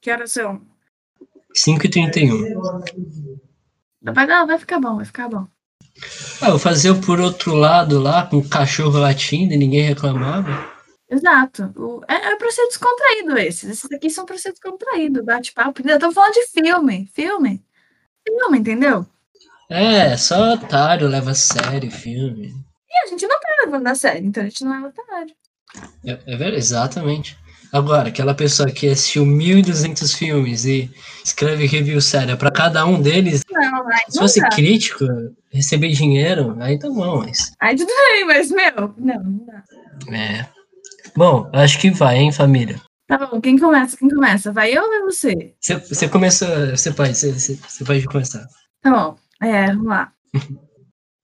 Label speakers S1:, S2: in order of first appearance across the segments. S1: Que horas são?
S2: 5h31.
S1: Vai, não, vai ficar bom, vai ficar bom.
S2: Ah, eu fazia o por outro lado lá, com o cachorro latindo e ninguém reclamava.
S1: Exato. O- é, é pra ser descontraído esses. Esses aqui são pra ser descontraído, bate-papo. Eu tô falando de filme, filme. Filme, entendeu?
S2: É, só otário leva a sério filme.
S1: E a gente não tá levando a sério, então a gente não é otário.
S2: É, é ver- exatamente. Agora, aquela pessoa que assistiu 1.200 filmes e escreve review séria pra cada um deles,
S1: Não, aí
S2: se
S1: não
S2: fosse
S1: dá.
S2: crítico, receber dinheiro, aí tá bom, mas.
S1: Aí tudo bem, mas, meu, não, não dá.
S2: É. Bom, acho que vai, hein, família?
S1: Tá bom, quem começa? Quem começa? Vai eu ou é você?
S2: Você- Você começa. Você pode, você, você- você pode começar.
S1: Tá bom. É, vamos lá.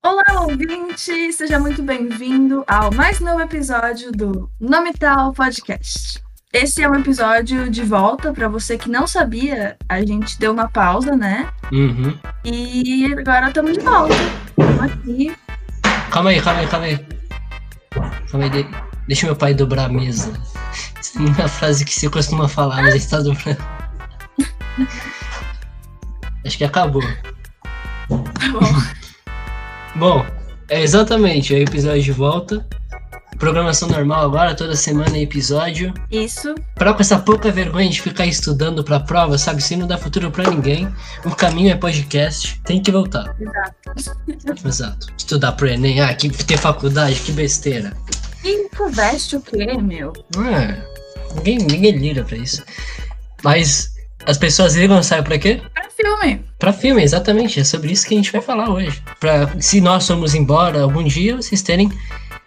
S1: Olá, ouvinte! Seja muito bem-vindo ao mais novo episódio do Nome Tal Podcast. Esse é um episódio de volta, pra você que não sabia, a gente deu uma pausa, né?
S2: Uhum.
S1: E agora estamos de volta. Tamo aqui.
S2: Calma aí, calma aí, calma aí. Calma aí, de- deixa meu pai dobrar a mesa. Isso não é uma frase que você costuma falar, mas ele está dobrando. Acho que acabou.
S1: Tá bom.
S2: Bom, é exatamente, é o episódio de volta. Programação normal agora, toda semana é episódio.
S1: Isso.
S2: Pra com essa pouca vergonha de ficar estudando pra prova, sabe? Isso não dá futuro pra ninguém. O caminho é podcast, tem que voltar. Exato. Exato. Estudar pro Enem, ah, que ter faculdade, que besteira.
S1: E conveste o quê, meu?
S2: É, ninguém, ninguém liga pra isso. Mas as pessoas ligam, sabe pra quê?
S1: Pra filme.
S2: Pra filme, exatamente. É sobre isso que a gente vai falar hoje. Pra, se nós formos embora algum dia, vocês terem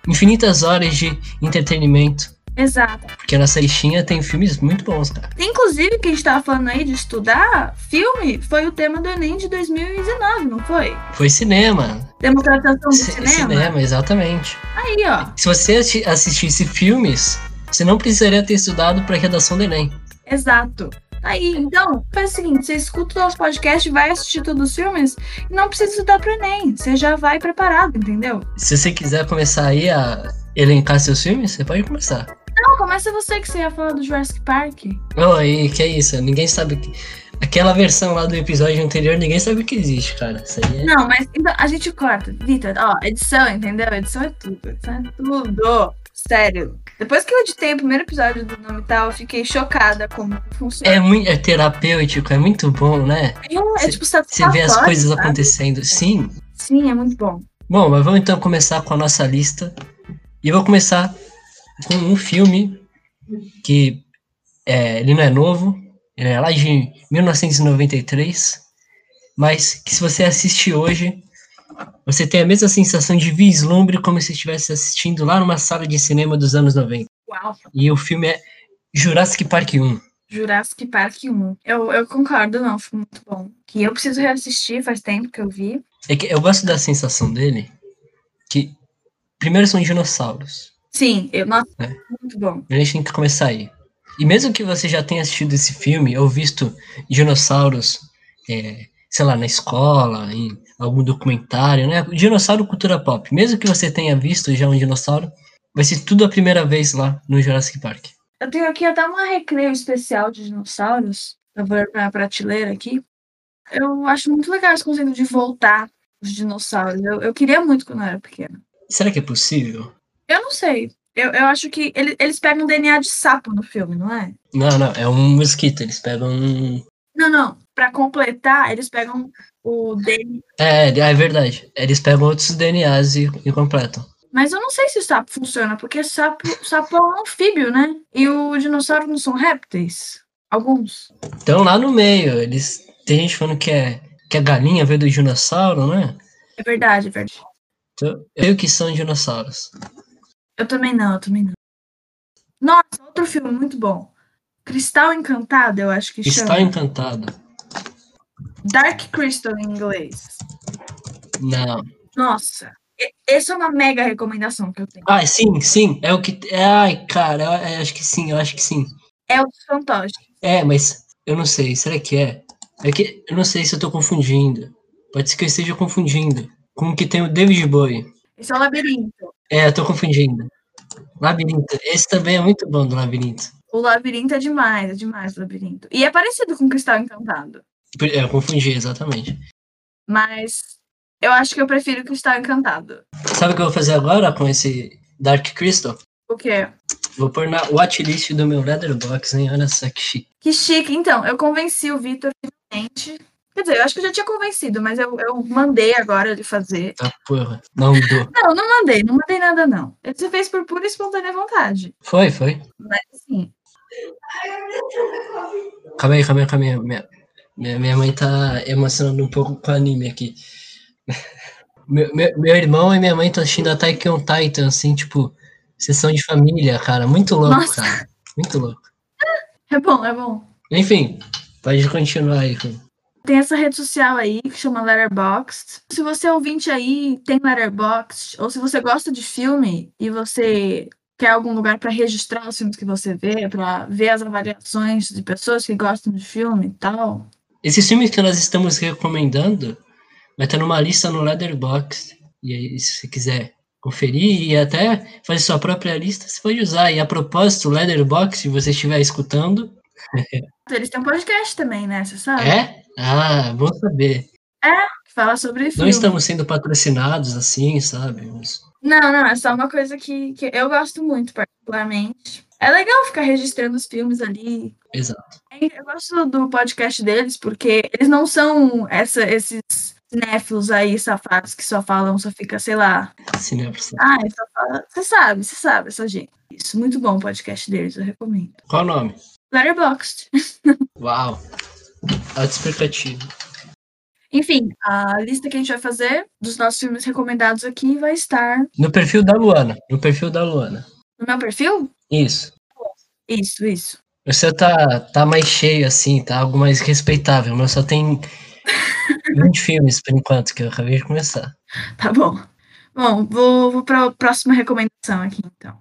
S2: infinitas horas de entretenimento.
S1: Exato.
S2: Porque nossa listinha tem filmes muito bons, cara.
S1: Inclusive, que a gente tava falando aí de estudar filme foi o tema do Enem de 2019, não foi?
S2: Foi cinema.
S1: Democratização do
S2: C-
S1: cinema?
S2: exatamente.
S1: Aí, ó.
S2: Se você assisti- assistisse filmes, você não precisaria ter estudado pra redação do Enem.
S1: Exato. Aí, então, faz o seguinte: você escuta o nosso podcast, vai assistir todos os filmes e não precisa estudar pro Enem. Você já vai preparado, entendeu? Então,
S2: Se você quiser começar aí a elencar seus filmes, você pode começar.
S1: Não, começa você que você ia falar do Jurassic Park.
S2: Oi, que é isso? Ninguém sabe que. Aquela versão lá do episódio anterior, ninguém sabe que existe, cara. Isso aí é.
S1: Não, mas então, a gente corta. Vitor, ó, edição, entendeu? Edição é tudo. Edição é tudo. Sério. Depois que eu editei o primeiro episódio do Nome Tal, eu fiquei chocada como funciona.
S2: É muito é terapêutico, é muito bom, né?
S1: É, é
S2: Cê-
S1: tipo
S2: Você vê
S1: satisfatório.
S2: as coisas
S1: sabe?
S2: acontecendo. Sim.
S1: Sim, é muito bom.
S2: Bom, mas vamos então começar com a nossa lista. E vou começar com um filme que é, ele não é novo, ele é lá de 1993, mas que se você assistir hoje, você tem a mesma sensação de vislumbre como se estivesse assistindo lá numa sala de cinema dos anos 90.
S1: Uau.
S2: E o filme é Jurassic Park 1.
S1: Jurassic Park 1. Eu, eu concordo, não, foi muito bom. Que eu preciso reassistir, faz tempo que eu vi.
S2: É que eu gosto da sensação dele que primeiro são dinossauros.
S1: Sim, eu, nossa,
S2: É.
S1: muito bom.
S2: A gente tem que começar aí. E mesmo que você já tenha assistido esse filme ou visto dinossauros, é, sei lá, na escola, em algum documentário, né? Dinossauro cultura pop. Mesmo que você tenha visto já um dinossauro, vai ser tudo a primeira vez lá no Jurassic Park.
S1: Eu tenho aqui até uma recreio especial de dinossauros. Eu vou pra prateleira aqui. Eu acho muito legal esse conceito de voltar os dinossauros. Eu, eu queria muito quando eu era pequena.
S2: Será que é possível?
S1: Eu não sei. Eu, eu acho que ele- eles pegam DNA de sapo no filme, não é?
S2: Não, não, é um mosquito, eles pegam um.
S1: Não, não. Pra completar, eles pegam o DNA.
S2: É, é verdade. Eles pegam outros DNAs e, e completam.
S1: Mas eu não sei se o sapo funciona, porque sapo, sapo é um anfíbio, né? E o dinossauro não são répteis? Alguns.
S2: Então lá no meio, eles. Tem gente falando que é que a galinha veio do dinossauro, né?
S1: É verdade, é verdade.
S2: Então, eu sei o que são dinossauros.
S1: Eu também não, eu também não. Nossa, outro filme muito bom. Cristal Encantado, eu acho que
S2: Está
S1: chama.
S2: encantado.
S1: Dark Crystal em inglês.
S2: Não.
S1: Nossa, e- essa é uma mega recomendação que eu tenho.
S2: Ah, sim, sim. É o que. é, Ai, cara, eu, eu acho que sim, eu acho que sim.
S1: É o dos fantoches.
S2: É, mas eu não sei. Será que é? É que eu não sei se eu tô confundindo. Pode ser que eu esteja confundindo. Com o que tem o David Bowie.
S1: Esse é o labirinto.
S2: É, eu tô confundindo. Labirinto. Esse também é muito bom do Labirinto.
S1: O O labirinto é demais, é demais o labirinto. E é parecido com Cristal Encantado.
S2: É, Eu confundi, exatamente.
S1: Mas eu acho que eu prefiro Cristal Encantado.
S2: Sabe o que eu vou fazer agora com esse Dark Crystal?
S1: O quê?
S2: Vou pôr na watchlist do meu Leatherbox, hein? Olha só que chique.
S1: Que chique. Então, eu convenci o Vitor finalmente. Quer dizer, eu acho que eu já tinha convencido, mas eu, eu mandei agora ele fazer.
S2: Tá porra. Não mudou.
S1: Não, não mandei, não mandei nada, não. Ele se fez por pura e espontânea vontade.
S2: Foi, foi.
S1: Mas assim,
S2: Calma aí, calma aí, calma aí. Minha, minha, minha mãe tá emocionando um pouco com o anime aqui. Meu, meu, meu irmão e minha mãe estão assistindo a Taiki on Titan, assim, tipo, sessão de família, cara. Muito louco,
S1: Nossa.
S2: cara. Muito louco.
S1: é bom, é bom.
S2: Enfim, pode continuar aí. cara.
S1: Tem essa rede social aí que chama Letterboxd. Se você é ouvinte aí, tem Letterboxd, ou se você gosta de filme e você quer algum lugar para registrar os filmes que você vê, para ver as avaliações de pessoas que gostam de filme e tal.
S2: Esses filmes que nós estamos recomendando vai estar numa lista no Letterboxd. E aí, se você quiser conferir e até fazer sua própria lista, você pode usar. E a propósito, o Letterboxd, se você estiver escutando,
S1: Eles têm um podcast também, né? Você sabe?
S2: é? Ah, bom saber.
S1: Que fala sobre
S2: Não
S1: filme.
S2: estamos sendo patrocinados assim, sabe? Mas-
S1: Não, não, é só uma coisa que, que eu gosto muito, particularmente. É legal ficar registrando os filmes ali. É,
S2: Exato.
S1: Eu gosto do podcast deles porque eles não são essa- esses cinéfilos aí safados que só falam, só fica, sei lá.
S2: Cinebra, sabe?
S1: Ah, só fala. Você sabe, você sabe, essa gente. Isso, muito bom o podcast deles, eu recomendo.
S2: Qual o nome?
S1: Letterboxd.
S2: Uau! Auto-explicativo.
S1: Enfim, a lista que a gente vai fazer dos nossos filmes recomendados aqui vai estar
S2: No perfil da Luana. No perfil da Luana.
S1: no meu perfil?
S2: Isso.
S1: Isso, isso.
S2: O seu tá, tá mais cheio, assim, tá algo mais respeitável. Mas só tem 20 filmes por enquanto, que eu acabei de começar.
S1: Tá bom. Bom, vou, vou para a próxima recomendação aqui, então.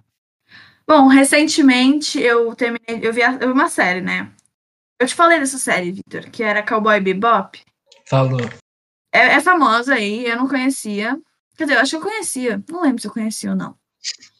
S1: Bom, recentemente eu terminei, eu vi, a- eu vi uma série, né? Eu te falei dessa série, Victor, que era Cowboy Bebop.
S2: Falou.
S1: É, é famosa aí, eu não conhecia. Quer dizer, eu acho que eu conhecia, não lembro se eu conhecia ou não.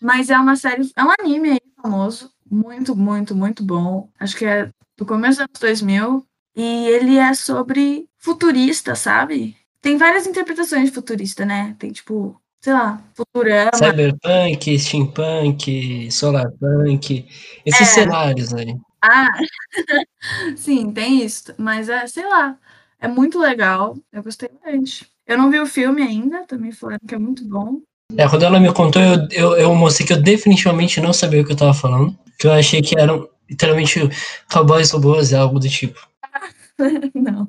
S1: Mas é uma série, é um anime aí famoso, muito, muito, muito bom. Acho que é do começo dos anos 2000. E ele é sobre futurista, sabe? Tem várias interpretações de futurista, né? Tem tipo, sei lá, Futurama.
S2: Cyberpunk, steampunk, solarpunk. Esses
S1: É.
S2: cenários aí.
S1: Ah, sim, tem isso. Mas é, sei lá, é muito legal. Eu gostei bastante. Eu não vi o filme ainda, também falaram que é muito bom.
S2: É, quando ela me contou, eu, eu, eu mostrei que eu definitivamente não sabia o que eu tava falando. Que eu achei que eram literalmente cowboys robôs, algo do tipo.
S1: Não.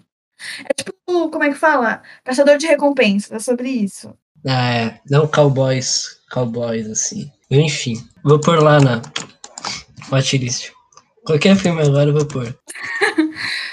S1: É tipo, como é que fala? Caçador de recompensas, é sobre isso.
S2: Ah, é. Não cowboys, cowboys, assim. Enfim, vou pôr lá na watchlist. Qualquer filme agora eu vou pôr.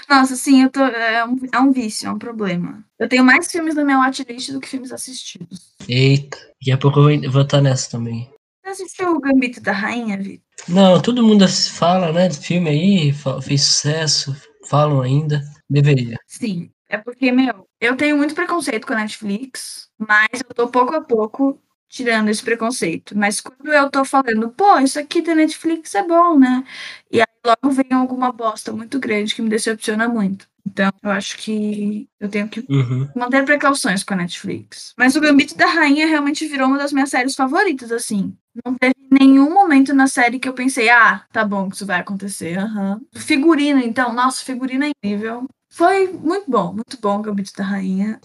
S1: Nossa, sim, eu tô. É um, é um vício, é um problema. Eu tenho mais filmes na minha watchlist do que filmes assistidos.
S2: Eita, daqui a pouco eu vou- vou estar nessa também.
S1: Você assistiu o Gambito da Rainha, Vi?
S2: Não, todo mundo fala, né, do filme aí, fa- fez sucesso, falam ainda. Deveria.
S1: Sim. É porque, meu, eu tenho muito preconceito com a Netflix, mas eu tô pouco a pouco tirando esse preconceito. Mas quando eu tô falando, pô, isso aqui da Netflix é bom, né? E aí logo vem alguma bosta muito grande que me decepciona muito. Então, eu acho que eu tenho que
S2: Uhum.
S1: manter precauções com a Netflix. Mas o Gambito da Rainha realmente virou uma das minhas séries favoritas, assim. Não teve nenhum momento na série que eu pensei, ah, tá bom que isso vai acontecer, aham. Figurino, então, nossa, figurino é incrível. Foi muito bom, muito bom o Gambito da Rainha.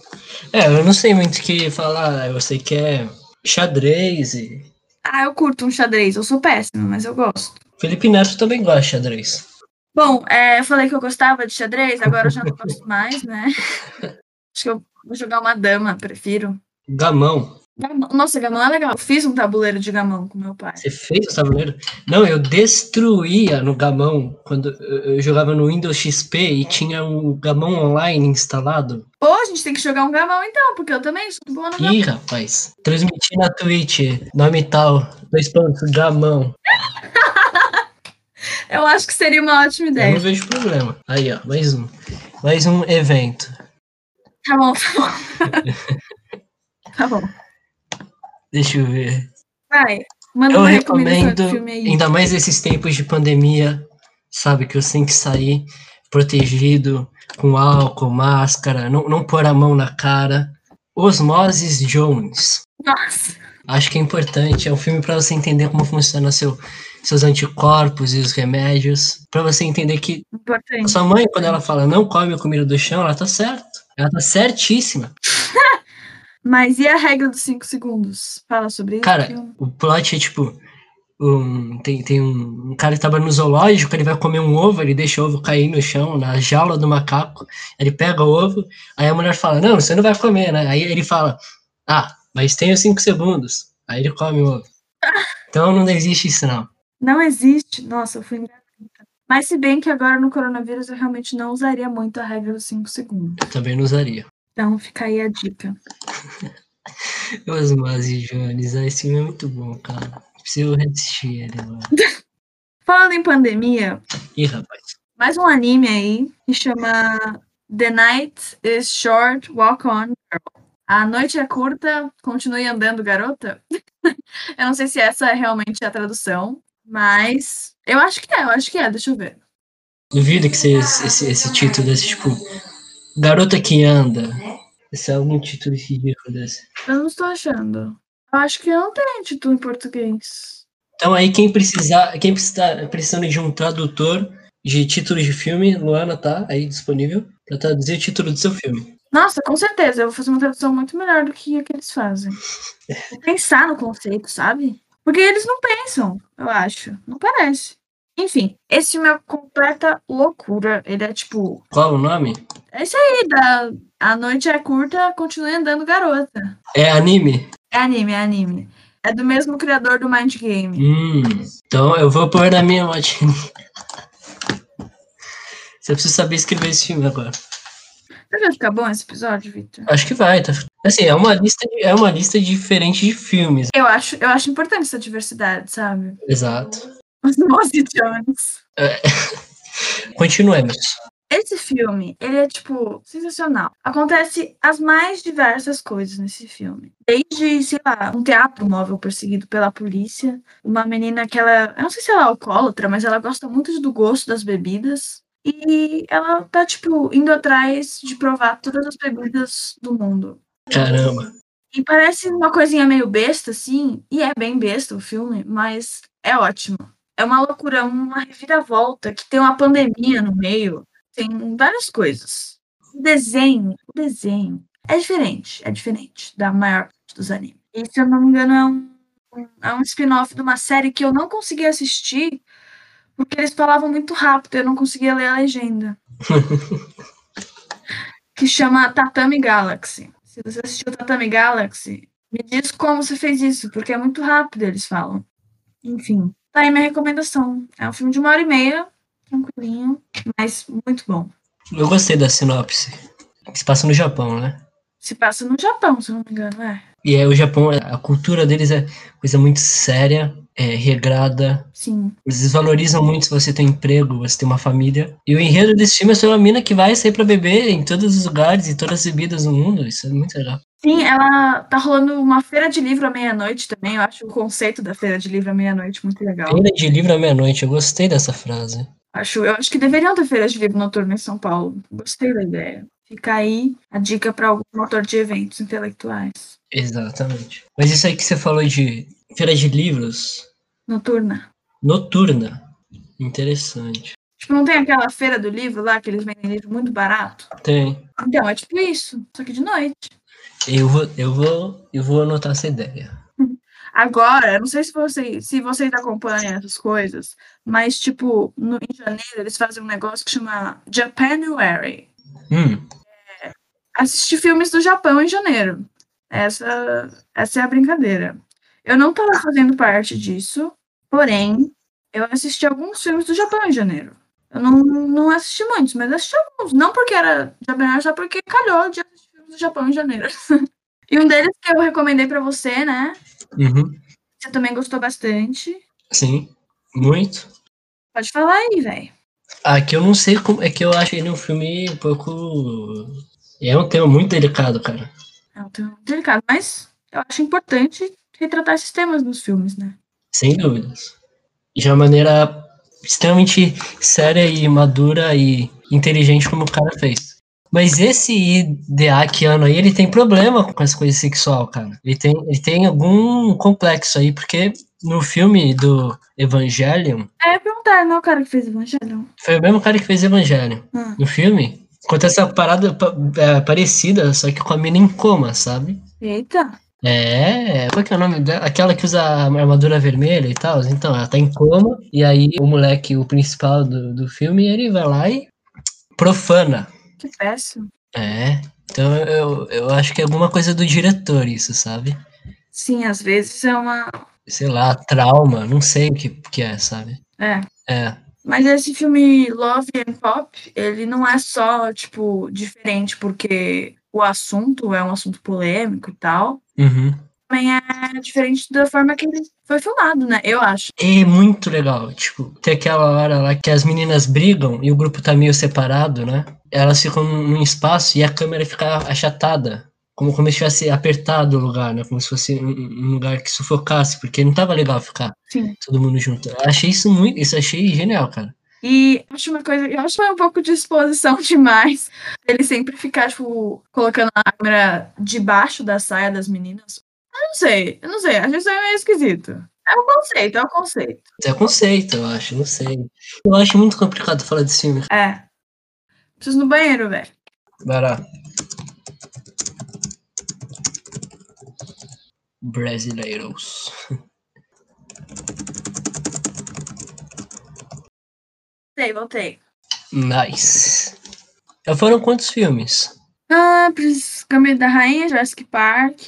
S2: É, eu não sei muito o que falar, eu sei que é xadrez e...
S1: Ah, eu curto um xadrez, eu sou péssima, mas eu gosto.
S2: Felipe Neto também gosta de xadrez.
S1: Bom, é, eu falei que eu gostava de xadrez, agora eu já não gosto mais, né? Acho que eu vou jogar uma dama, prefiro.
S2: Gamão,
S1: Gamão- Nossa, gamão é legal. Eu fiz um tabuleiro de gamão com meu pai.
S2: você fez o tabuleiro? Não, eu destruía no gamão, quando eu eu jogava no Windows XP e tinha o gamão online instalado.
S1: Pô, a gente tem que jogar um gamão então, porque eu também sou boa no gamão.
S2: Ih, rapaz, transmiti na Twitch, nome tal, dois pontos, gamão.
S1: Eu acho que seria uma ótima
S2: Eu não
S1: ideia.
S2: vejo problema. Aí, ó, mais um. Mais um evento.
S1: Tá bom, tá bom. tá bom.
S2: Deixa eu ver.
S1: Vai, manda
S2: Eu
S1: uma recomendação
S2: recomendo,
S1: de filme aí.
S2: ainda mais nesses tempos de pandemia, sabe? Que você tem que sair protegido, com álcool, máscara, não, não pôr a mão na cara. Osmosis Jones.
S1: Nossa.
S2: Acho que é importante. É um filme para você entender como funciona seu, seus anticorpos e os remédios. Para você entender que
S1: Importante.
S2: sua mãe, quando ela fala não come a comida do chão, ela tá certa. Ela tá certíssima.
S1: Mas e a regra dos 5 segundos? Fala sobre isso.
S2: Cara,
S1: que eu-
S2: O plot é tipo. um- tem tem um, um cara que trabalha no zoológico, ele vai comer um ovo, ele deixa o ovo cair no chão, na jaula do macaco, ele pega o ovo, aí a mulher fala, não, você não vai comer, né? Aí ele fala, ah, mas tem os 5 segundos. Aí ele come o ovo. Então não existe isso, não.
S1: Não existe. Nossa, eu fui enganada. Mas se bem que agora no coronavírus eu realmente não usaria muito a regra dos 5 segundos.
S2: Também não usaria.
S1: Então fica aí a dica.
S2: Osmose Jones, ah, esse filme é muito bom, cara. Preciso reassistir ele agora.
S1: Falando em pandemia,
S2: Ih, rapaz.
S1: mais um anime aí que chama The Night is Short, Walk On Girl. A noite é curta, continue andando, garota. eu não sei se essa é realmente a tradução, mas eu acho que é, eu acho que é, deixa eu ver.
S2: Duvido que seja esse, esse, esse título desse, tipo, Garota que Anda. Esse é algum título ridículo desse.
S1: Eu não estou achando. Eu acho que não tem título em português.
S2: Então aí, quem precisar, quem está precisando de um tradutor de títulos de filme, Luana tá aí disponível pra traduzir o título do seu filme.
S1: Nossa, com certeza, eu vou fazer uma tradução muito melhor do que a que eles fazem. Vou pensar no conceito, sabe? Porque eles não pensam, eu acho. Não parece. Enfim, esse filme é uma completa loucura. Ele é tipo,
S2: Qual o nome?
S1: é isso aí, da... a noite é curta, continue andando, garota.
S2: É anime?
S1: É anime, é anime. É do mesmo criador do Mind Game.
S2: Hum, então eu vou pôr na minha latinha. Você precisa saber escrever esse filme agora.
S1: Será que vai ficar bom esse episódio, Victor?
S2: Acho que vai, tá? Assim, é uma lista, é uma lista diferente de filmes.
S1: Eu acho, eu acho importante essa diversidade, sabe?
S2: Exato.
S1: Os Mozzie Jones.
S2: Continuemos.
S1: Esse filme, ele é, tipo, sensacional. Acontece as mais diversas coisas nesse filme. Desde, sei lá, um teatro móvel perseguido pela polícia, uma menina que ela, eu não sei se ela é alcoólatra, mas ela gosta muito do gosto das bebidas. E ela tá, tipo, indo atrás de provar todas as bebidas do mundo.
S2: Caramba.
S1: E parece uma coisinha meio besta, assim, e é bem besta o filme, mas é ótimo. É uma loucura, uma reviravolta, que tem uma pandemia no meio, tem várias coisas. O desenho, o desenho é diferente, é diferente da maior parte dos animes. E se eu não me engano, é um, um- é um spin-off de uma série que eu não consegui assistir, porque eles falavam muito rápido, eu não conseguia ler a legenda. que chama Tatami Galaxy. Se você assistiu Tatami Galaxy, me diz como você fez isso, porque é muito rápido, eles falam. Enfim, tá aí minha recomendação. É um filme de uma hora e meia, tranquilinho, mas muito bom.
S2: Eu gostei da sinopse. Se passa no Japão, né?
S1: Se passa no Japão, se eu não me engano, é.
S2: E é, o Japão, a cultura deles é coisa muito séria, é regrada.
S1: Sim.
S2: Eles valorizam muito se você tem emprego, você tem uma família. E o enredo desse filme é sobre uma mina que vai sair pra beber em todos os lugares e todas as bebidas do mundo. Isso é muito legal.
S1: Sim, ela tá rolando uma feira de livro à meia-noite também. Eu acho o conceito da feira de livro à meia-noite muito legal.
S2: Feira de livro à meia-noite, eu gostei dessa frase.
S1: Acho, eu acho que deveriam ter feiras de livro noturno em São Paulo. Gostei da ideia. Fica aí a dica para algum motor de eventos intelectuais.
S2: Exatamente. Mas isso aí que você falou de feira de livros
S1: Noturna.
S2: noturna. Interessante.
S1: Tipo, não tem aquela feira do livro lá que eles vendem livro muito barato?
S2: Tem.
S1: Então, é tipo isso, só que de noite.
S2: Eu vou, eu vou, eu vou anotar essa ideia.
S1: Agora, eu não sei se vocês, se vocês acompanham essas coisas, mas, tipo, no, em janeiro eles fazem um negócio que chama Japanuary.
S2: Hum,
S1: Assistir filmes do Japão em janeiro. Essa, essa é a brincadeira. Eu não estava fazendo parte disso, porém, eu assisti alguns filmes do Japão em janeiro. Eu não, não assisti muitos, mas assisti alguns. Não porque era Japanuary, só porque calhou de assistir filmes do Japão em janeiro. e um deles que eu recomendei para você, né?
S2: uhum,
S1: Você também gostou bastante.
S2: sim, muito.
S1: Pode falar aí, velho.
S2: Ah, que eu não sei como. É que eu acho ele um filme um pouco. É um tema muito delicado, cara.
S1: É um tema muito delicado, mas eu acho importante retratar esses temas nos filmes, né?
S2: Sem dúvidas. De uma maneira extremamente séria e madura e inteligente como o cara fez. Mas esse ideaquiano aí, ele tem problema com essa coisa sexual, cara. Ele tem, ele tem algum complexo aí, porque no filme do Evangelion,
S1: É, perguntar, não é o cara que fez Evangelho?
S2: foi o mesmo cara que fez Evangelion.
S1: Ah.
S2: No filme, acontece essa parada pa- é, parecida, só que com a mina em coma, sabe?
S1: Eita.
S2: É, qual que é o nome dela? Aquela que usa a armadura vermelha e tal. Então, ela tá em coma, e aí o moleque, o principal do, do filme, ele vai lá e profana.
S1: Que péssimo.
S2: É, então eu, eu acho que é alguma coisa do diretor isso, sabe?
S1: Sim, às vezes é uma.
S2: Sei lá, trauma, não sei o que, que é, sabe?
S1: É.
S2: É,
S1: Mas esse filme Love and Pop, ele não é só, tipo, diferente porque o assunto é um assunto polêmico e tal.
S2: uhum.
S1: Também é diferente da forma que ele foi filmado, né? Eu acho.
S2: É muito legal, tipo, tem aquela hora lá que as meninas brigam e o grupo tá meio separado, né? Elas ficam num num espaço e a câmera fica achatada, como, como se tivesse apertado o lugar, né? Como se fosse um, um lugar que sufocasse, porque não tava legal ficar
S1: Sim.
S2: todo mundo junto. Eu achei isso muito, isso eu achei genial, cara.
S1: E acho uma coisa, eu acho que foi um pouco de exposição demais. Ele sempre ficar, tipo, colocando a câmera debaixo da saia das meninas. Eu não sei, eu não sei, acho isso aí meio esquisito. É um conceito, é um conceito.
S2: É conceito, eu acho, não sei. Eu acho muito complicado falar desse filme.
S1: É. Preciso ir no banheiro, velho.
S2: Vai lá. Brasileiros.
S1: Voltei, voltei.
S2: Nice. Já foram quantos filmes?
S1: Ah, pres- Caminho da Rainha, Jurassic Park,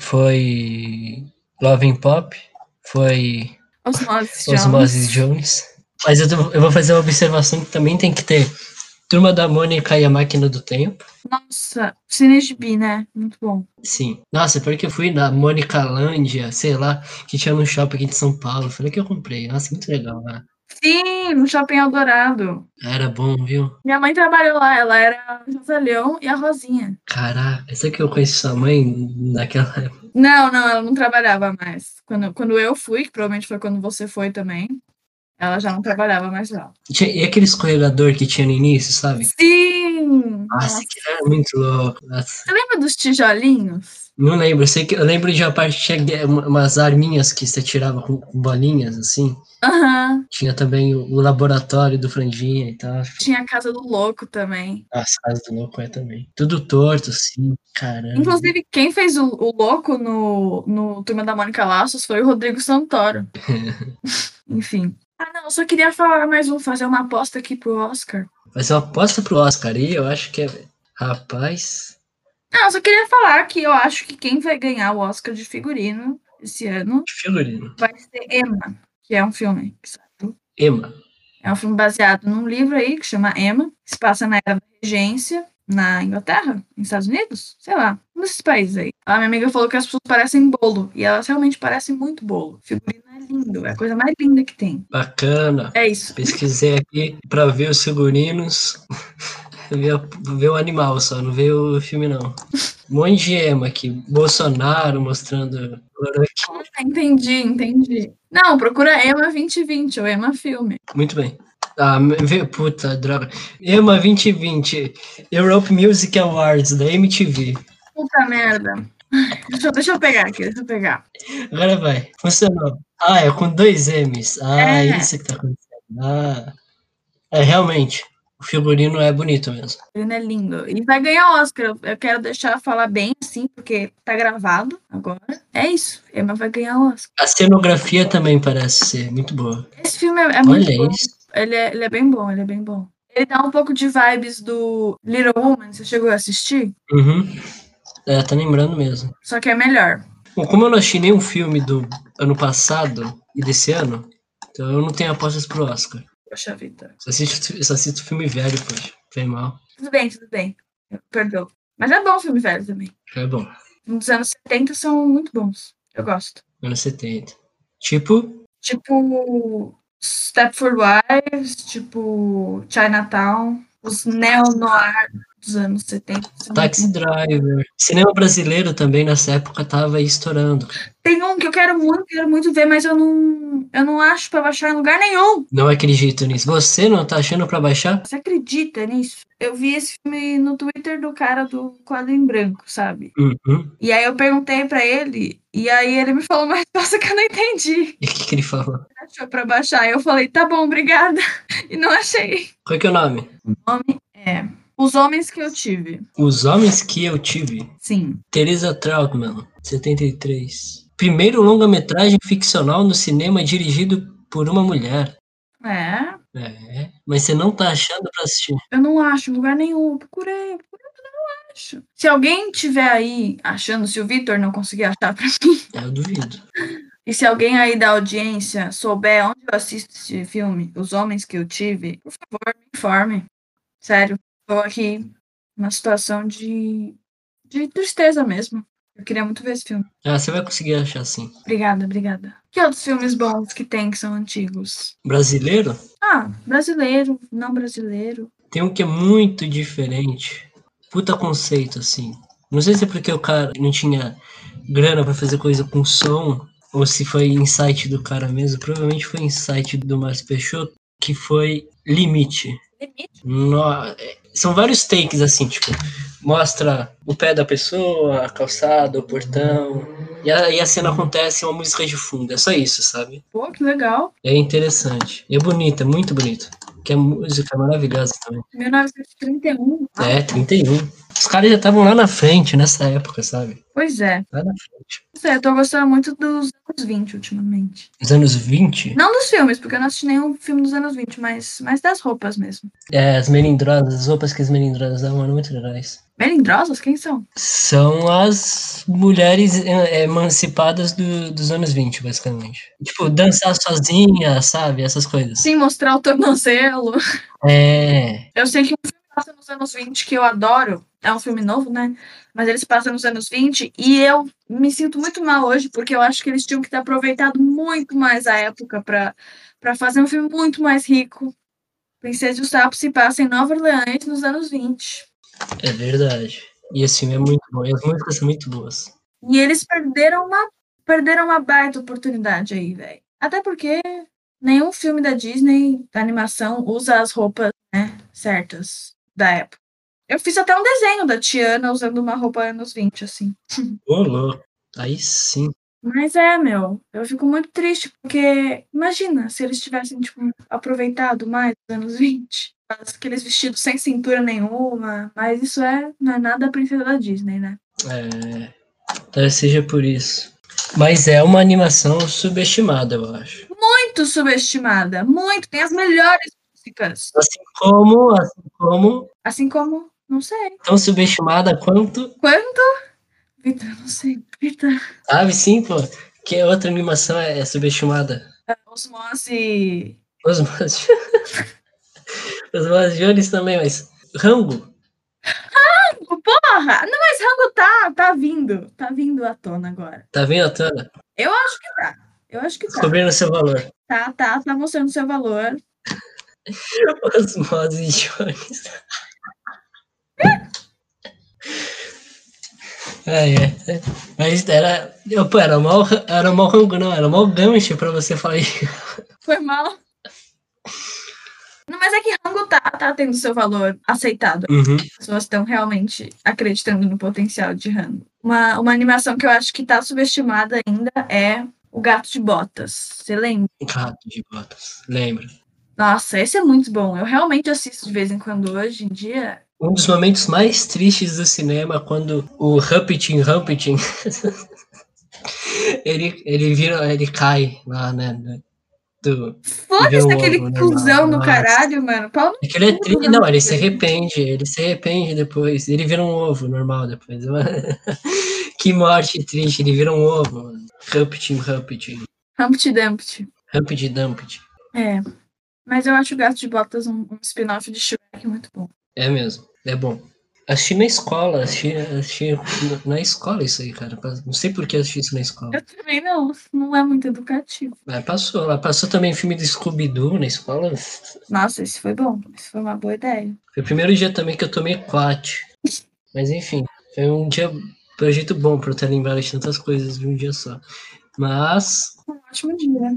S2: Foi Love and Pop, foi
S1: Osmose Jones.
S2: Osmosis Jones. Mas eu, tô- eu vou fazer uma observação que também tem que ter. Turma da Mônica e a Máquina do Tempo.
S1: Nossa, Cine Gibi, né? Muito bom.
S2: Sim. Nossa, pior que eu fui na Mônica Lândia, sei lá, que tinha no shopping aqui de São Paulo. Falei que eu comprei. Nossa, muito legal lá.
S1: Sim, no Shopping Eldorado.
S2: Era bom, viu?
S1: Minha mãe trabalhou lá, ela era a José Leão e a Rosinha.
S2: Caraca, será que eu conheço sua mãe naquela época?
S1: Não, não, ela não trabalhava mais. Quando, quando eu fui, que provavelmente foi quando você foi também, ela já não trabalhava mais lá.
S2: Tinha- E aquele escorregador que tinha no início, sabe?
S1: Sim!
S2: Nossa,
S1: Nossa.
S2: que era muito louco. Nossa,
S1: Você lembra dos tijolinhos?
S2: não lembro, eu sei que eu lembro de uma parte que tinha gue- uma- umas arminhas que você tirava com com bolinhas, assim.
S1: Aham.
S2: Tinha também o, o laboratório do Franjinha e tal.
S1: Tinha a Casa do Louco também.
S2: Nossa, casa do louco é também. Tudo torto, assim, caramba.
S1: Inclusive, quem fez o, o louco no, no Turma da Mônica Laços foi o Rodrigo Santoro. Enfim. Ah, não, eu só queria falar mais um, fazer uma aposta aqui pro Oscar.
S2: Mas eu aposto pro Oscar aí, eu acho que é. Rapaz.
S1: Não, eu só queria falar que eu acho que quem vai ganhar o Oscar de figurino esse ano
S2: que Figurino.
S1: vai ser Emma, que é um filme que saiu.
S2: Emma.
S1: É um filme baseado num livro aí que chama Emma, que se passa na era da regência, na Inglaterra, nos Estados Unidos, sei lá, um desses países aí. A minha amiga falou que as pessoas parecem bolo, e elas realmente parecem muito bolo. O figurino é lindo, é a coisa mais linda que tem.
S2: Bacana.
S1: É isso.
S2: Pesquisei aqui pra ver os figurinos. ver, a- ver o animal só, não ver o filme não. Um monte de ema aqui. Bolsonaro mostrando. cloroquina.
S1: Entendi, entendi. Não, procura Emma 2020 ou Emma Filme.
S2: Muito bem. Ah, me- vê- puta droga. Ema 2020. Europe Music Awards da MTV.
S1: Puta merda. Ai, Deixa, eu- deixa eu pegar aqui, deixa eu pegar.
S2: Agora vai. Funcionou. Ah, é com dois M's. Ah,
S1: É.
S2: isso que tá acontecendo. Ah. É, realmente. O figurino é bonito mesmo.
S1: Ele é lindo. Ele vai ganhar o Oscar. Eu- Eu quero deixar falar bem assim, porque tá gravado agora. É isso. Emma vai ganhar o Oscar.
S2: A cenografia também parece ser muito boa.
S1: Esse filme é, é muito
S2: Olha
S1: bom.
S2: isso.
S1: Ele é, ele é bem bom, ele é bem bom. Ele dá um pouco de vibes do Little Woman, você chegou a assistir?
S2: Uhum. É, tá lembrando mesmo.
S1: Só que é melhor.
S2: Bom, como eu não achei nenhum filme do ano passado e desse ano, então eu não tenho apostas pro Oscar.
S1: Poxa vida.
S2: Só assisto, eu só assisto filme velho, poxa. Foi mal.
S1: Tudo bem, tudo bem. Perdoa. Mas é bom o filme velho também.
S2: É bom.
S1: Os anos 70 são muito bons. Eu gosto.
S2: Anos 70. Tipo,
S1: Tipo Stepford Wives, tipo Chinatown, os neo-noir. dos anos 70. se eu não
S2: Taxi Driver. Cinema brasileiro também nessa época tava aí estourando.
S1: Tem um que eu quero muito, quero muito ver, mas eu não, eu não acho pra baixar em lugar nenhum.
S2: Não acredito nisso. Você não tá achando pra baixar?
S1: Você acredita nisso? Eu vi esse filme no Twitter do cara do quadro em branco, sabe?
S2: Uhum.
S1: E aí eu perguntei pra ele, e aí ele me falou uma resposta que eu não entendi.
S2: E o que, que ele falou?
S1: Ele Achou pra baixar. Eu falei, tá bom, obrigada. E não achei.
S2: Qual que é o nome?
S1: Os homens que eu tive.
S2: Os Homens Que Eu Tive.
S1: Sim.
S2: Teresa Trautmann, 73. Primeiro longa-metragem ficcional no cinema dirigido por uma mulher.
S1: É.
S2: É, mas você não tá achando pra assistir.
S1: Eu não acho em lugar nenhum. Eu procurei, eu procurei, mas eu não acho. Se alguém tiver aí achando, se o Vitor não conseguir achar pra mim,
S2: Ah, Eu duvido.
S1: e se alguém aí da audiência souber onde eu assisto esse filme, Os Homens que Eu Tive, por favor, me informe. Sério, tô aqui numa situação de, de tristeza mesmo. Eu queria muito ver esse filme.
S2: Ah, você vai conseguir achar sim.
S1: Obrigada, obrigada. Que outros filmes bons que tem que são antigos?
S2: Brasileiro?
S1: Ah, brasileiro, não brasileiro.
S2: Tem um que é muito diferente. Puta conceito, assim. Não sei se é porque o cara não tinha grana pra fazer coisa com som, ou se foi insight do cara mesmo. Provavelmente foi insight do Márcio Peixoto, que foi limite.
S1: Limite?
S2: No- é, São vários takes, assim, tipo, mostra o pé da pessoa, a calçada, o portão. E a, e a cena acontece uma música de fundo. É só isso, sabe?
S1: Pô, que legal.
S2: É interessante. E é bonito, é muito bonito. Que a música é maravilhosa também.
S1: 1931. Ah,
S2: É, 31. Os caras já estavam lá na frente nessa época, sabe?
S1: Pois é.
S2: Lá na frente.
S1: Não sei, eu tô gostando muito dos anos 20 ultimamente.
S2: Nos anos 20,
S1: Não dos filmes, porque eu não assisti nenhum filme dos anos 20, mas, mas das roupas mesmo.
S2: é, as melindrosas, as roupas que as melindrosas davam eram muito legais.
S1: Melindrosas? Quem são?
S2: São as mulheres é, emancipadas do- dos anos 20, basicamente. Tipo, dançar sozinha, sabe? Essas coisas.
S1: Sim, mostrar o tornozelo.
S2: É.
S1: Eu sei que um filme que passa nos anos 20 que eu adoro. É um filme novo, né? Mas eles passam nos anos 20 e eu me sinto muito mal hoje, porque eu acho que eles tinham que ter aproveitado muito mais a época pra pra fazer um filme muito mais rico. Princesa e o Sapo se passa em Nova Orleans nos anos 20.
S2: É verdade. E esse filme é muito bom. E as músicas são muito boas.
S1: E eles perderam uma, perderam uma baita oportunidade aí, velho. Até porque nenhum filme da Disney, da animação, usa as roupas, né, certas da época. Eu fiz até um desenho da Tiana usando uma roupa anos 20, assim.
S2: Ô, louco. Aí sim.
S1: Mas é, meu, eu fico muito triste, porque imagina se eles tivessem, tipo, aproveitado mais os anos 20. Aqueles vestidos sem cintura nenhuma. Mas isso é, não é nada a princesa da Disney, né?
S2: É. Talvez seja por isso. Mas é uma animação subestimada, eu acho.
S1: Muito subestimada, muito. Tem as melhores músicas.
S2: Assim como, assim como,
S1: Assim como, não sei.
S2: tão subestimada quanto,
S1: Quanto? Vitor, não sei. Vitor.
S2: sabe sim, pô, que outra animação é, é subestimada.
S1: Osmose.
S2: Os Mas Os Mas Jones também, mas Rango,
S1: Porra! Não, mas Rango tá, tá vindo. Tá vindo à tona agora.
S2: tá vendo, Tana?
S1: Eu acho que tá. Eu acho que tá.
S2: Descobrindo seu valor.
S1: Tá, tá, tá mostrando seu valor.
S2: Os Mas Jones. É, é. Mas era. Pô, era mal, era mal rango, não, era mal gancho pra você falar isso.
S1: Foi mal. Não, mas é que Rango tá, tá tendo seu valor aceitado.
S2: Uhum.
S1: As pessoas estão realmente acreditando no potencial de Rango. Uma, uma animação que eu acho que tá subestimada ainda é O Gato de Botas. Você lembra?
S2: Gato de botas, lembro.
S1: Nossa, esse é muito bom. Eu realmente assisto de vez em quando hoje em dia.
S2: Um dos momentos mais tristes do cinema quando o Rampitin Rampitin ele, ele vira, ele cai lá, né? né, Do...
S1: Foda-se
S2: Deu
S1: daquele
S2: ovo, né,
S1: cuzão do
S2: nossa.
S1: caralho, mano. Paulo,
S2: É que ele é triste, não, ele se arrepende, ele se arrepende depois, ele vira um ovo normal depois. que morte triste, ele vira um ovo, mano. Rampitin Rampitin,
S1: Humpty Dumpty.
S2: Rampitin Dumpty.
S1: É. Mas eu acho o Gato de Botas um, um spin-off de Shrek muito bom.
S2: É mesmo, é bom. Assisti na escola, assisti, assisti na- na escola isso aí, cara. Pas- Não sei por que eu assisti isso na escola.
S1: Eu também não, não é muito educativo.
S2: Mas passou, lá passou também filme do Scooby-Doo na escola. Foi
S1: Nossa, isso foi bom. Isso foi uma boa ideia.
S2: o primeiro dia também que eu tomei quat. Mas enfim, foi um dia, foi um jeito bom pra eu ter lembrado de tantas coisas de um dia só. Mas,
S1: Um ótimo dia.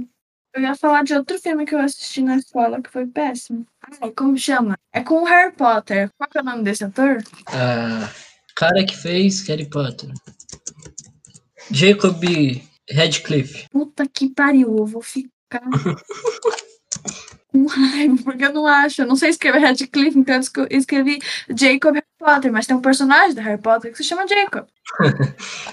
S1: Eu ia falar de outro filme que eu assisti na escola que foi péssimo. Ai, como chama? É com o Harry Potter. Qual que é o nome desse ator?
S2: a cara que fez Harry Potter. Jacob Radcliffe.
S1: Puta que pariu, eu vou ficar com raiva, porque eu não acho. Eu não sei escrever Radcliffe, então eu esco- escrevi Jacob Harry Potter, mas tem um personagem do Harry Potter que se chama Jacob.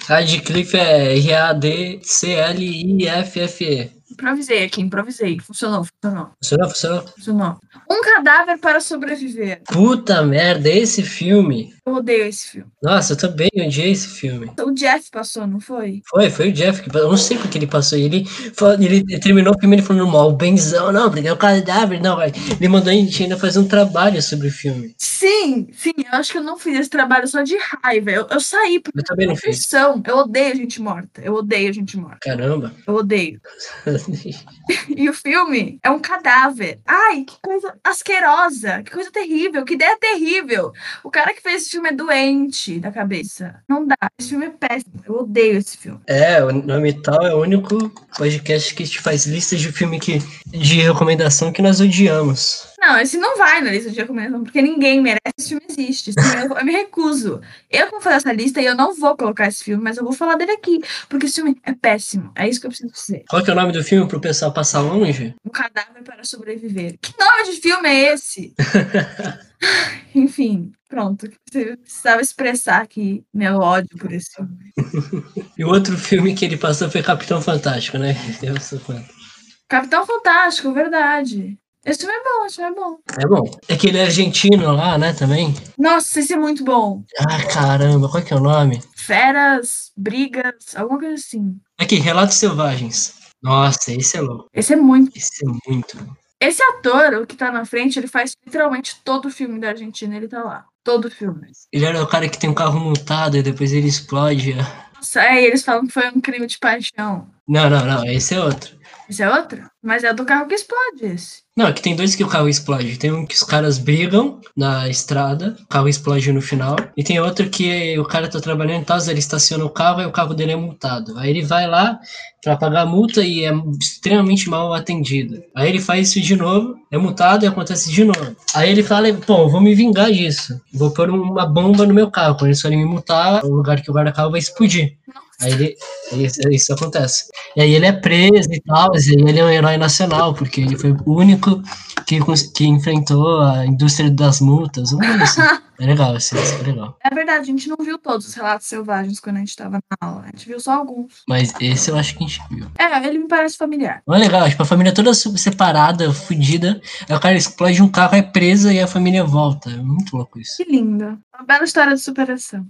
S2: Radcliffe é R-A-D-C-L-I-F-F-E.
S1: Improvisei aqui, improvisei. Funcionou, funcionou,
S2: Funcionou, funcionou?
S1: funcionou. Um cadáver para sobreviver.
S2: Puta merda, esse filme.
S1: Eu odeio esse filme.
S2: Nossa, eu também odiei esse filme.
S1: O Jeff passou, não foi?
S2: Foi, foi o Jeff que passou. Eu não sei porque ele passou. Ele, falou- ele terminou o filme ele falando mal, benzão, não, porque é o cadáver, não, vai. Ele mandou a gente ainda fazer um trabalho sobre o filme.
S1: Sim, sim, eu acho que eu não fiz esse trabalho só de raiva. Eu, eu saí por
S2: Eu também não fiz.
S1: profissão. Eu odeio gente morta. Eu odeio gente morta.
S2: Caramba.
S1: Eu odeio. E o filme é um cadáver. Ai, que coisa asquerosa. Que coisa terrível. Que ideia terrível. O cara que fez esse filme é doente da cabeça. Não dá. Esse filme é péssimo. Eu odeio esse filme.
S2: É, o Nome Tal é o único podcast que te faz listas de filme que, de recomendação que nós odiamos.
S1: Não, esse não vai na lista de recomendação, porque ninguém merece. Esse filme existe. Esse filme eu, eu me recuso. Eu vou fazer essa lista e eu não vou colocar esse filme, mas eu vou falar dele aqui. Porque esse filme é péssimo. É isso que eu preciso dizer.
S2: Qual que é o nome do filme pro pessoal passar longe?
S1: Um cadáver para sobreviver. Que nome de filme é esse? Enfim, pronto. Eu precisava expressar aqui meu ódio por esse filme.
S2: E o outro filme que ele passou foi Capitão Fantástico, né? Eu sou fã.
S1: Capitão Fantástico, verdade. Esse filme é bom, esse filme é bom.
S2: É bom. É aquele argentino lá, né, também?
S1: Nossa, esse é muito bom.
S2: Ah, caramba, qual que é o nome?
S1: Feras, brigas, alguma coisa assim.
S2: Aqui, Relatos Selvagens. Nossa, esse é louco.
S1: Esse é muito.
S2: Esse é muito louco.
S1: Esse ator, o que tá na frente, ele faz literalmente todo filme da Argentina, ele tá lá. Todo filme.
S2: Ele era o cara que tem um carro montado e depois ele explode.
S1: Nossa, é, e eles falam que foi um crime de paixão.
S2: Não, não, não, esse é outro.
S1: Esse é outro? Mas é do carro que explode esse.
S2: Não, aqui tem dois que o carro explode. Tem um que os caras brigam na estrada, o carro explode no final. E tem outro que o cara tá trabalhando em casa, ele estaciona o carro e o carro dele é multado. Aí ele vai lá pra pagar a multa e é extremamente mal atendido. Aí ele faz isso de novo, é multado e acontece de novo. Aí ele fala, pô, eu vou me vingar disso. Vou pôr uma bomba no meu carro. Quando ele me multar, o lugar que eu guardo o carro vai explodir. Aí ele, isso, isso acontece. E aí ele é preso e tal, mas ele é um herói nacional, porque ele foi o único que, cons- que enfrentou a indústria das multas. Uma coisa assim. É legal, assim, isso é legal.
S1: É verdade, a gente não viu todos os relatos selvagens quando a gente tava na aula. A gente viu só alguns.
S2: Mas esse eu acho que a gente viu.
S1: É, ele me parece familiar.
S2: Mas é legal, tipo, a família toda su- separada, fudida. Aí o cara explode um carro, é presa e a família volta. É muito louco isso.
S1: Que linda. Uma bela história de superação.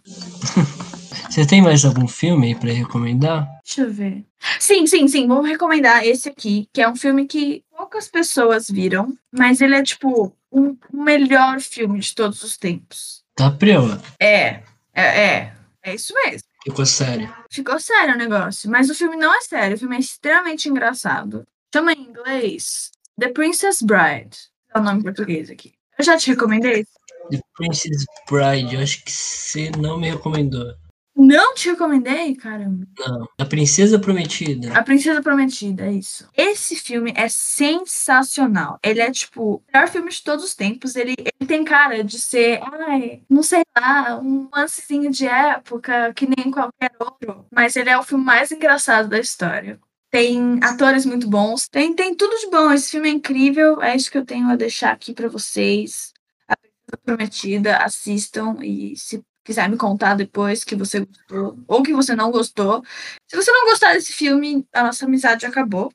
S2: Você tem mais algum filme aí pra recomendar?
S1: Deixa eu ver. Sim, sim, sim. Vou recomendar esse aqui, que é um filme que poucas pessoas viram, mas ele é tipo um- o melhor filme de todos os tempos.
S2: Tá preu,
S1: É, é, é. É isso mesmo.
S2: ficou sério.
S1: Ficou sério o negócio. Mas o filme não é sério, o filme é extremamente engraçado. Chama em inglês The Princess Bride. É o nome em português aqui. Eu já te recomendei?
S2: The Princess Bride, eu acho que você não me recomendou.
S1: Não te recomendei, caramba.
S2: Não. A Princesa Prometida.
S1: A Princesa Prometida, é isso. Esse filme é sensacional. Ele é, tipo, o melhor filme de todos os tempos. Ele, ele tem cara de ser, ai, não sei lá, um lancezinho de época, que nem qualquer outro. Mas ele é o filme mais engraçado da história. Tem atores muito bons. Tem, tem tudo de bom. Esse filme é incrível. É isso que eu tenho a deixar aqui pra vocês. A Princesa Prometida, assistam e se quiser me contar depois que você gostou ou que você não gostou. Se você não gostar desse filme, a nossa amizade acabou.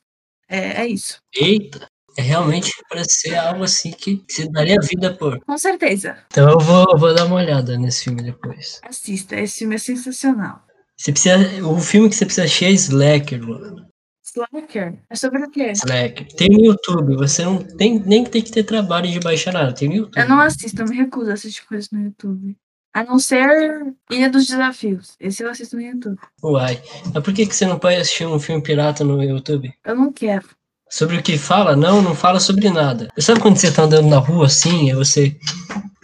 S1: É, é isso.
S2: Eita, é realmente parece ser algo assim que você daria vida por.
S1: Com certeza.
S2: Então eu vou, eu vou dar uma olhada nesse filme depois.
S1: Assista. Esse filme é sensacional.
S2: Você precisa, o filme que você precisa assistir é Slacker, mano.
S1: Slacker. É sobre o quê?
S2: Slacker. Tem no YouTube, você não tem nem tem que ter trabalho de baixar nada, tem no YouTube.
S1: Eu não assisto, eu me recuso a assistir coisas no YouTube. A não ser Ilha dos Desafios. Esse eu assisto no YouTube.
S2: Uai. Mas por que, que você não pode assistir um filme pirata no YouTube?
S1: Eu não quero.
S2: Sobre o que fala? Não, não fala sobre nada. Sabe quando você tá andando na rua assim, aí você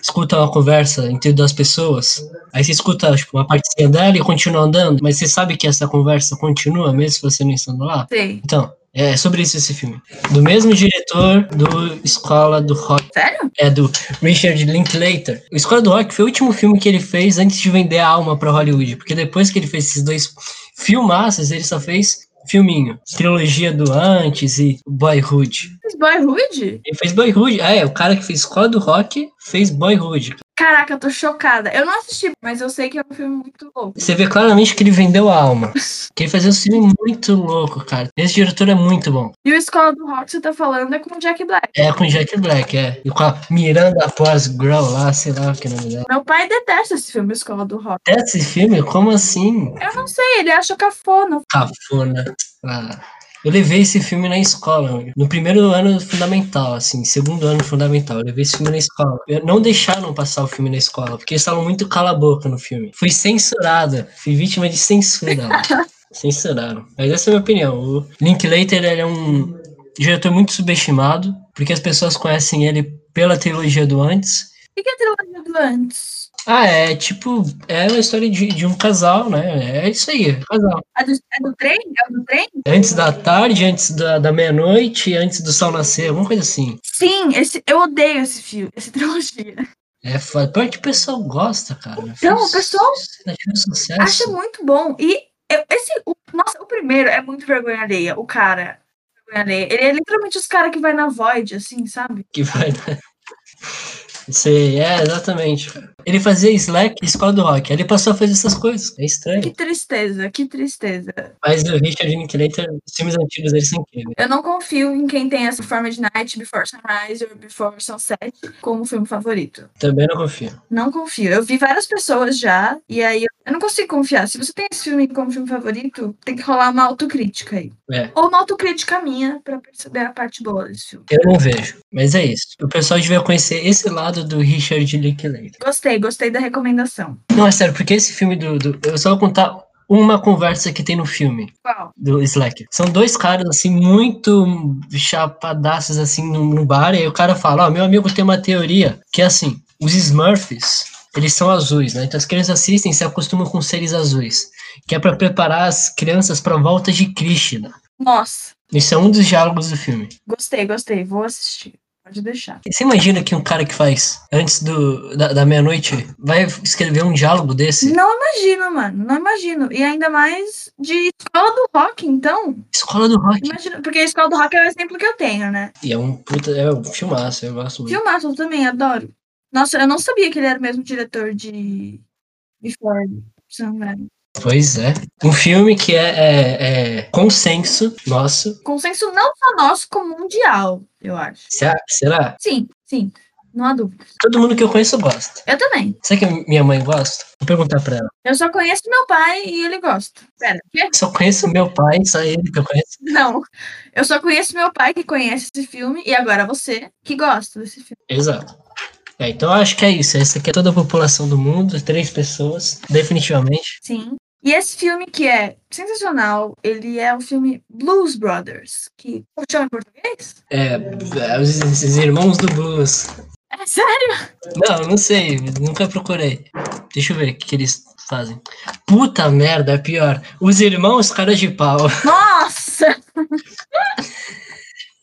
S2: escuta uma conversa entre duas pessoas, aí você escuta tipo, uma partezinha dela e continua andando, mas você sabe que essa conversa continua mesmo se você não estando lá?
S1: Sei.
S2: Então, é sobre isso esse filme. Do mesmo diretor do Escola do Rock.
S1: Sério?
S2: É do Richard Linklater. O Escola do Rock foi o último filme que ele fez antes de vender a alma pra Hollywood, porque depois que ele fez esses dois filmaços, ele só fez filminho. Trilogia do Antes e Boyhood.
S1: Mas Boyhood?
S2: Ele fez Boyhood, ah, é, o cara que fez Escola do Rock fez Boyhood.
S1: Caraca, eu tô chocada. Eu não assisti, mas eu sei que é um filme muito louco.
S2: Você vê claramente que ele vendeu a alma. Que ele fazia um filme muito louco, cara. Esse diretor é muito bom.
S1: E o Escola do Rock que você tá falando é com o Jack Black.
S2: É com Jack Black, é. E com a Miranda Cosgrove lá, sei lá que nome dela.
S1: Meu pai detesta esse filme, Escola do Rock.
S2: Esse filme, como assim?
S1: Eu não sei, ele acha cafona.
S2: Cafona. Ah, Eu levei esse filme na escola, meu. no primeiro ano fundamental, assim, segundo ano fundamental. Eu levei esse filme na escola. Eu- não deixaram passar o filme na escola, porque eles estavam muito cala-boca no filme. Fui censurada, fui vítima de censura. lá. Censuraram. Mas essa é a minha opinião. O Linklater ele é um diretor muito subestimado, porque as pessoas conhecem ele pela trilogia do antes,
S1: O que que é trilogia do antes?
S2: ah, é tipo, é uma história de, de um casal, né? É isso aí, casal.
S1: É do, é do trem? É do trem?
S2: Antes da tarde, antes da, da meia-noite, antes do sol nascer, alguma coisa assim.
S1: Sim, esse, eu odeio esse filme, essa trilogia.
S2: É foda. Pior que o pessoal gosta, cara.
S1: Então, o pessoal
S2: Tá tendo sucesso.
S1: Acha muito bom. E eu- esse, o- nossa, o primeiro é muito vergonha alheia, o cara. Vergonha alheia. Ele é literalmente os caras que vai na Void, assim, sabe?
S2: Que vai dar. Sei, é, exatamente. cara. Ele fazia Slack e Escola do Rock. Aí ele passou a fazer essas coisas. É
S1: Que
S2: estranho.
S1: tristeza, que tristeza.
S2: Mas o Richard Linklater, os filmes antigos dele são incríveis.
S1: Eu não confio em quem tem essa forma de Night, Before Sunrise ou Before Sunset como filme favorito.
S2: Também não confio.
S1: Não confio. Eu vi várias pessoas já, e aí eu- eu não consigo confiar. Se você tem esse filme como filme favorito, tem que rolar uma autocrítica aí.
S2: É.
S1: Ou uma autocrítica minha pra perceber a parte boa desse filme.
S2: Eu não vejo. Mas é isso. O pessoal devia conhecer esse lado do Richard Linklater.
S1: Gostei, gostei da recomendação.
S2: Não, é sério, porque esse filme do. do- eu só vou contar uma conversa que tem no filme
S1: Qual?
S2: do Slack. São dois caras, assim, muito chapadaços, assim, no, no bar. E aí o cara fala: Ó, meu amigo tem uma teoria que é assim: os Smurfs. Eles são azuis, né? Então as crianças assistem e se acostumam com seres azuis, que é pra preparar as crianças pra volta de Krishna.
S1: Nossa,
S2: Isso é um dos diálogos do filme.
S1: gostei, gostei. Vou assistir. Pode deixar.
S2: E Você imagina que um cara que faz antes do, da, da meia-noite vai escrever um diálogo desse?
S1: Não imagino, mano. Não imagino. E ainda mais de escola do rock, então.
S2: Escola do Rock.
S1: Imagina, porque a escola do rock é o exemplo que eu tenho, né?
S2: E é um puta, é um filmaço, eu gosto muito.
S1: Filmaço eu também, adoro. Nossa, eu não sabia que ele era o mesmo diretor de Before Sunrise.
S2: Pois é. Um filme que é, é- é consenso nosso.
S1: Consenso não só nosso, como mundial, eu acho.
S2: Será? Será?
S1: Sim, sim. Não há dúvida.
S2: Todo mundo que eu conheço gosta.
S1: Eu também.
S2: Será que minha mãe gosta? Vou perguntar pra ela.
S1: Eu só conheço meu pai e ele gosta. Pera, quê?
S2: Só conheço meu pai, só ele que eu conheço.
S1: Não. Eu só conheço meu pai que conhece esse filme e agora você que gosta desse filme.
S2: Exato. É, então eu acho que é isso. Essa aqui é toda a população do mundo, três pessoas, definitivamente.
S1: Sim. E esse filme que é sensacional, ele é o filme Blues Brothers, que como chama em português?
S2: É, é, os, os irmãos do blues.
S1: É sério?
S2: Não, não sei, nunca procurei. Deixa eu ver o que, que eles fazem. Puta merda, é pior. Os irmãos caras de pau.
S1: Nossa,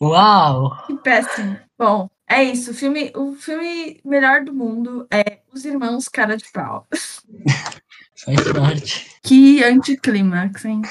S2: Uau!
S1: que péssimo. Bom, é isso. O filme, o filme melhor do mundo é Os Irmãos Cara de Pau.
S2: Faz parte.
S1: Que anticlímax, hein?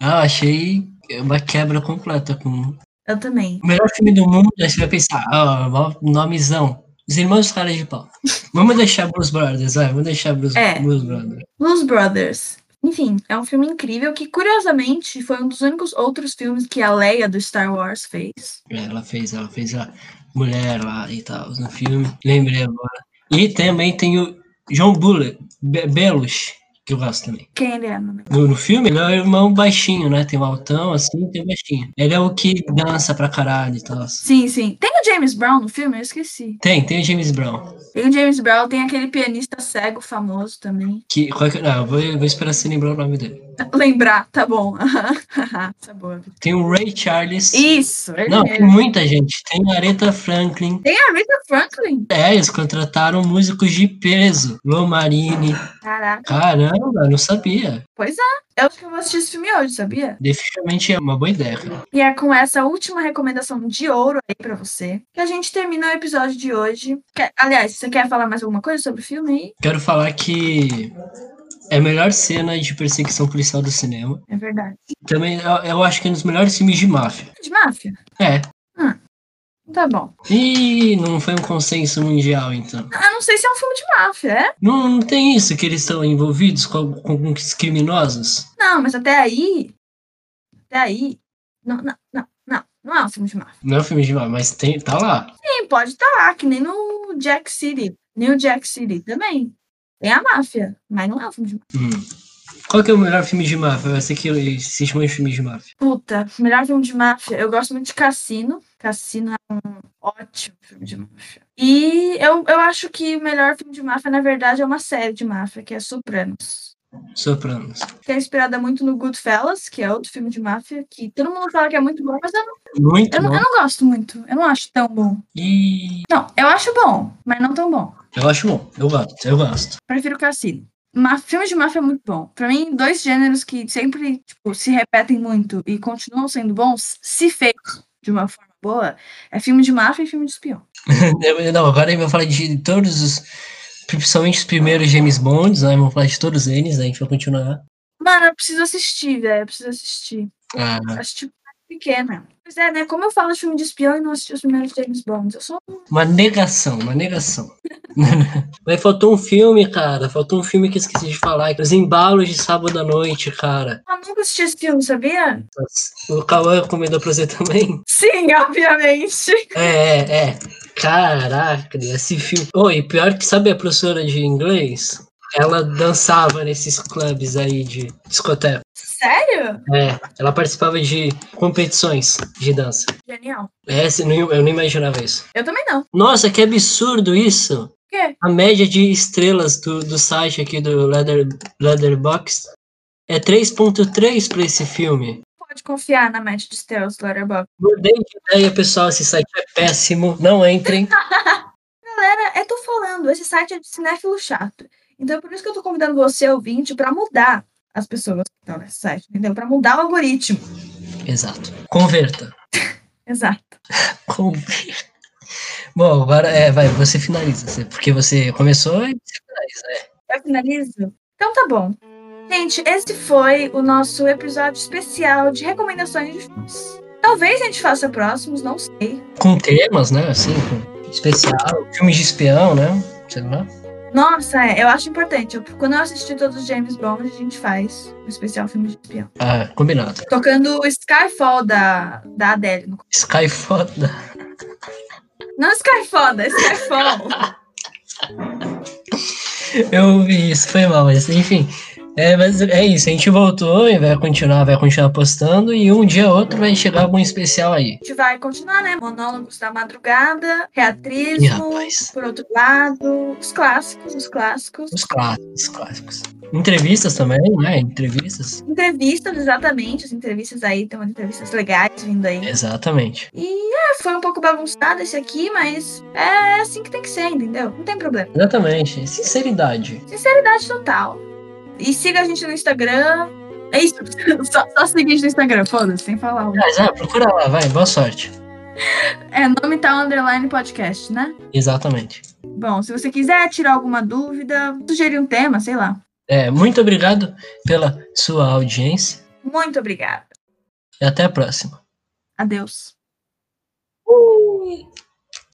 S2: Ah, achei uma quebra completa com.
S1: Eu também.
S2: O melhor filme do mundo, aí você vai pensar, ah, mó nomezão. Os irmãos caras de pau. Vamos deixar Blues Brothers, vai, vamos deixar Blues,
S1: É.
S2: Blues Brothers.
S1: Blues Brothers. Enfim, é um filme incrível que, curiosamente, foi um dos únicos outros filmes que a Leia do Star Wars fez.
S2: É, Ela fez, ela fez a mulher lá e tal no filme. Lembrei agora. E também tem o John Bullet, Be Belush, que eu gosto também.
S1: Quem ele é? no Natal?
S2: No, no filme, ele é o irmão baixinho, né? Tem o altão, assim, tem o baixinho. Ele é o que dança pra caralho e tal.
S1: Sim, sim. Tem o James Brown no filme? Eu esqueci.
S2: Tem, tem o James Brown.
S1: Tem o James Brown, tem aquele pianista cego famoso também.
S2: Que, qual que- é, não, eu vou, eu vou esperar você lembrar o nome dele.
S1: Lembrar, tá bom. Essa é boa. Vitor.
S2: Tem o Ray Charles.
S1: Isso, ele
S2: Não, tem
S1: mesmo.
S2: muita gente. Tem a Aretha Franklin.
S1: Tem a Rita Franklin.
S2: É, eles contrataram músicos de peso. Lomarini.
S1: Caraca,
S2: Caramba, não sabia.
S1: pois é. Eu acho que eu vou assistir esse filme hoje, sabia?
S2: Definitivamente é uma boa ideia, cara.
S1: E é com essa última recomendação de ouro aí pra você que a gente termina o episódio de hoje. Quer- Aliás, você quer falar mais alguma coisa sobre o filme aí?
S2: Quero falar que é a melhor cena de perseguição policial do cinema.
S1: É verdade.
S2: Também eu, eu acho que é um dos melhores filmes de máfia.
S1: De máfia?
S2: É.
S1: Tá bom.
S2: E não foi um consenso mundial, então.
S1: Ah, não sei se é um filme de máfia, é?
S2: Não, não tem isso que eles estão envolvidos com, al- com alguns criminosos?
S1: Não, mas até aí. Até aí. Não, não, não, não. Não é um filme de máfia.
S2: Não é um filme de máfia, mas tem, tá lá.
S1: Sim, pode estar lá, que nem no Jack City. New Jack City também. Tem a máfia, mas não é um filme de máfia.
S2: Hum. Qual que é o melhor filme de máfia? Vai ser que eles se chamam de filme de máfia.
S1: Puta, melhor filme de máfia. Eu gosto muito de Cassino. Cassino é um ótimo filme de máfia. E eu, eu acho que o melhor filme de máfia, na verdade, é uma série de máfia, que é Sopranos.
S2: Sopranos.
S1: Que é inspirada muito no Goodfellas, que é outro filme de máfia, que todo mundo fala que é muito bom, mas eu não,
S2: Muito
S1: eu não,
S2: bom.
S1: eu não gosto muito. Eu não acho tão bom.
S2: E
S1: Não, eu acho bom, mas não tão bom.
S2: eu acho bom. Eu gosto, eu gosto.
S1: Prefiro Cassino. Ma filme de máfia é muito bom. Pra mim, dois gêneros que sempre tipo, se repetem muito e continuam sendo bons, se feito de uma forma boa, é filme de máfia e filme de espião.
S2: Eu- Não, agora eu vou falar de todos os. Principalmente os primeiros James Bonds, né? Vamos falar de todos eles, aí a gente vai continuar.
S1: Mano, eu preciso assistir, velho. Eu preciso assistir.
S2: Ah,
S1: Eu assisti quando era pequena. Pois é, né? Como eu falo de filme de espião e não assisti os primeiros James Bond? Eu sou.
S2: uma negação, uma negação. Mas faltou um filme, cara. Faltou um filme que eu esqueci de falar. Os embalos de sábado à noite, cara.
S1: Eu nunca assisti esse filme, sabia?
S2: O Cauã recomendou pra você também?
S1: Sim, obviamente.
S2: É, é, é. Caraca, esse filme. Oi, pior que sabe a professora de inglês? Ela dançava nesses clubes aí de discoteca.
S1: Sério?
S2: É, ela participava de competições de dança.
S1: Genial.
S2: É, você não- eu não imaginava isso.
S1: Eu também não.
S2: Nossa, que absurdo isso!
S1: O quê?
S2: A média de estrelas do, do site aqui do Leather, Leatherbox é 3.3 pra esse filme.
S1: Pode confiar na match de Stealth Letterboxd.
S2: Mudei de ideia, pessoal. Esse site é péssimo. Não entrem.
S1: Cara, eu é, tô falando, esse site é de cinéfilo chato. Então, por isso que eu tô convidando você, ouvinte, pra mudar as pessoas que estão nesse site, entendeu? Pra mudar o algoritmo.
S2: Exato. Converta.
S1: Exato.
S2: Converta. Bom, agora é, vai, você finaliza. você- Porque você começou e você finaliza. é.
S1: Eu finalizo? Então tá bom. Gente, esse foi o nosso episódio especial de recomendações de filmes. Talvez a gente faça próximos, não sei.
S2: Com temas, né? Assim, com especial. Filmes de espião, né? Sei lá.
S1: Nossa, é, eu acho importante. Eu- quando eu assistir todos os James Bond, a gente faz um especial filme de espião.
S2: Ah, combinado.
S1: Tocando o Skyfall da, da Adele. no-
S2: Sky foda.
S1: Não Skyfall, da Skyfall.
S2: Eu vi isso, foi mal, mas enfim. É, mas é isso, a gente voltou e vai continuar, vai continuar postando e um dia ou outro vai chegar algum especial aí.
S1: gente vai continuar, né? Monólogos da madrugada, reatrismo,
S2: Ih, rapaz.
S1: por outro lado, os clássicos, os clássicos,
S2: Os clássicos, os clássicos. Entrevistas também, né? Entrevistas.
S1: entrevistas, exatamente, as entrevistas aí, tem umas entrevistas legais vindo aí.
S2: Exatamente.
S1: E é, foi um pouco bagunçado esse aqui, mas é assim que tem que ser, entendeu? Não tem problema.
S2: Exatamente. Sinceridade.
S1: Sinceridade total. E siga a gente no Instagram. É isso, só, só siga a gente no Instagram, foda-se, sem falar. o-
S2: Mas ah, procura lá, vai, boa sorte.
S1: É nome tal underline podcast, né?
S2: Exatamente.
S1: Bom, se você quiser tirar alguma dúvida, sugerir um tema, sei lá.
S2: É, muito obrigado pela sua audiência
S1: Muito obrigada.
S2: e até a próxima.
S1: Adeus.